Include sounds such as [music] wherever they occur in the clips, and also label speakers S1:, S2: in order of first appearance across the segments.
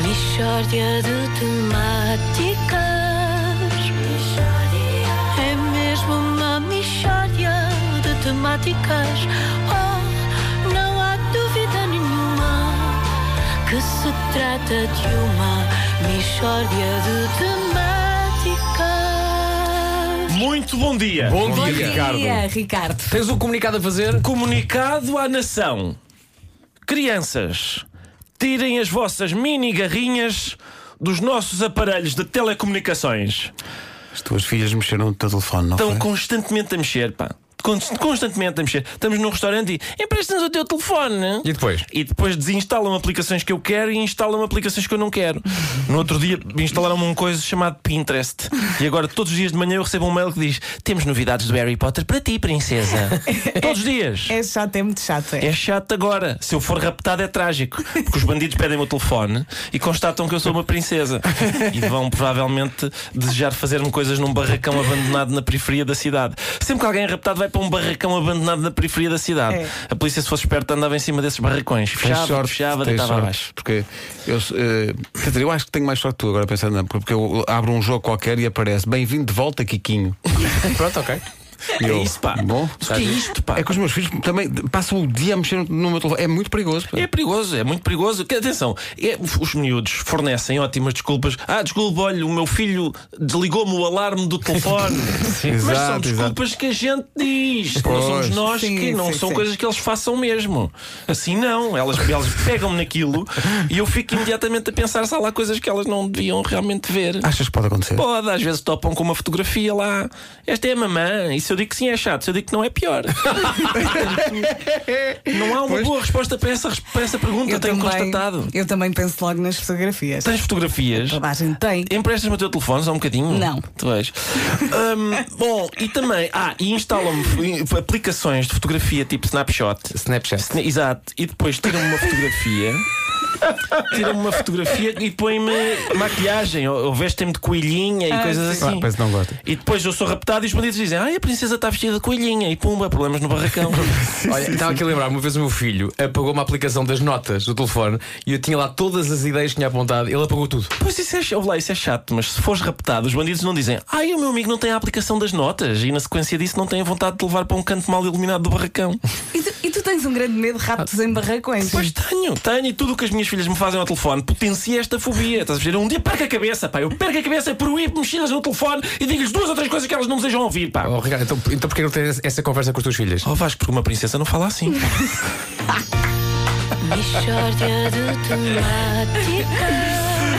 S1: Mistória de temáticas. É mesmo uma mistória de temáticas. Oh, não há dúvida nenhuma que se trata de uma mistória de temáticas.
S2: Muito bom dia.
S3: Bom, dia,
S4: Ricardo.
S3: Ricardo.
S4: Ricardo.
S3: Tens um comunicado a fazer?
S2: Comunicado à nação. Crianças, tirem as vossas mini garrinhas dos nossos aparelhos de telecomunicações.
S5: As tuas filhas mexeram no teu telefone, não
S2: Estão
S5: foi?
S2: constantemente a mexer, pá. Const- Constantemente a mexer. Estamos num restaurante e empresta-nos o teu telefone.
S3: E depois?
S2: E depois desinstalam aplicações que eu quero e instalam aplicações que eu não
S3: [laughs]
S2: quero. No outro dia instalaram-me um coisa chamado Pinterest. E agora, todos os dias de manhã, eu recebo um mail que diz: Temos novidades do Harry Potter para ti,
S3: [laughs]
S2: princesa. todos os dias.
S4: É chato, é muito chato. É.
S2: É chato agora. Se eu for raptado é trágico. Porque os bandidos pedem o meu telefone e constatam que eu sou uma
S5: [laughs]
S2: princesa. E vão provavelmente desejar fazer-me coisas num barracão abandonado na periferia da cidade. Sempre que alguém é raptado, vai para um barracão abandonado na periferia da cidade.
S4: É.
S2: A polícia, se fosse esperta, andava em cima desses barracões.
S5: Tens
S2: Fechava, fechava,
S5: tens
S2: deitava
S5: sorte,
S2: abaixo.
S5: Porque eu, eh, quer dizer, eu acho que tenho mais sorte que tu agora pensando, não, porque eu abro um jogo qualquer e aparece bem-vindo de volta, Quiquinho.
S3: Pronto, ok.
S5: E
S2: [laughs] É
S5: eu,
S2: isso, pá.
S5: Bom,
S2: Mas o que é isto, pá?
S5: é que os meus filhos também passam o dia a mexer no meu telefone. É muito perigoso. pá.
S2: É perigoso, é muito perigoso. Que- Atenção, é- os miúdos fornecem ótimas desculpas. Ah, desculpa, olha, o meu filho desligou-me o alarme do telefone. Mas são
S5: Exato, exato.
S2: desculpas que a gente diz. Não
S5: Pois.
S2: somos nós
S4: Sim,
S2: que não
S4: sim,
S2: são
S4: sim.
S2: coisas que eles façam mesmo. Assim não, elas, elas pegam-me naquilo e eu fico imediatamente a pensar se há lá coisas que elas não deviam realmente ver.
S5: Achas que pode acontecer?
S2: Pode, às vezes topam com uma fotografia lá. Esta é a mamã. E se eu digo que sim é chato, se eu digo que não é pior. Portanto, não há uma boa resposta para essa, para essa pergunta, eu tenho constatado.
S4: eu também penso logo nas fotografias.
S2: Tens fotografias?
S4: Toda a gente tem.
S2: Emprestas-me o teu telefone só um bocadinho?
S4: Não.
S2: Tu vês. Hum, bom, e também, ah, e instalam-me f- aplicações de fotografia tipo Snapshot.
S3: [laughs] Snapchat.
S2: Sna- Exato, e depois tiram-me uma fotografia. Tiram-me uma fotografia e põem-me maquilhagem, ou, ou vestem-me de coelhinha e coisas
S5: Ah,
S2: assim.
S5: parece que não gosta.
S2: E depois eu sou raptado e os bandidos dizem: Ai, a princesa está vestida de coelhinha. E pumba, problemas no [laughs] barracão.
S3: Olha, estava aqui a lembrar, uma vez o meu filho apagou uma aplicação das notas do telefone e eu tinha lá todas as ideias que tinha apontado, ele apagou tudo.
S2: pois isso é, ch- ouve lá, isso é chato, mas se fores raptado, os bandidos não dizem: Ai, o meu amigo não tem a aplicação das notas. E na sequência disso, não tem a vontade de levar para um canto mal iluminado do [laughs] barracão.
S4: E tu, e tu tens um grande medo de raptos em barracões.
S2: Pois tenho, tenho, e tudo o que as minhas filhas me fazem ao telefone potencia esta fobia. Estás a ver? Um dia perco a cabeça, pá. Eu perco a cabeça por ir mexidas no telefone e digo-lhes duas ou três coisas que elas não desejam ouvir, pá.
S3: Oh, Ricardo, então, então porquê não tens essa conversa com as tuas filhas?
S2: Oh, Vasco, porque uma princesa não fala assim.
S1: Mistória de temáticas.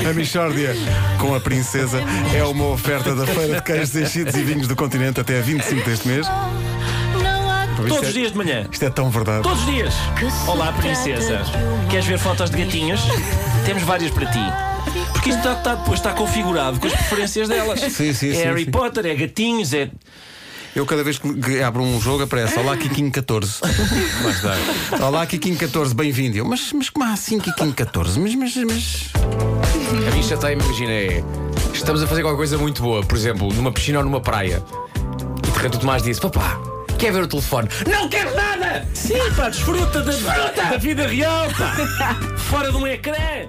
S5: A Michórdia com a Princesa é uma oferta da Feira de Queijos Enchidos e Vinhos do Continente até a 25 deste mês.
S1: Oh, não há
S2: Todos os dias de manhã.
S5: Isto é tão verdade.
S2: Todos os dias.
S1: Que se
S2: Olá,
S1: trata
S2: princesa.
S1: de um uma
S2: Queres ver fotos de gatinhos? Temos várias para ti. Porque isto está, está- depois está configurado com as preferências delas.
S5: [laughs] Sim, sim,
S2: é
S5: sim,
S2: Harry
S5: sim.
S2: Potter, é gatinhos, é.
S5: Eu cada vez que- que abro um jogo aparece Olá Kikinho 14. Olá Kikinho 14, bem-vindo. Eu, Mas, mas como há assim Kikinho 14? Mas, mas, mas.
S3: A mim já imagina é. Estamos a fazer qualquer coisa muito boa, por exemplo, numa piscina ou numa praia. E de repente o Tomás disse: Papá, quer ver o telefone?
S2: Não quero nada! Sim,
S1: [laughs]
S2: pá, desfruta da, da vida real, pá! Fora de um ecrã!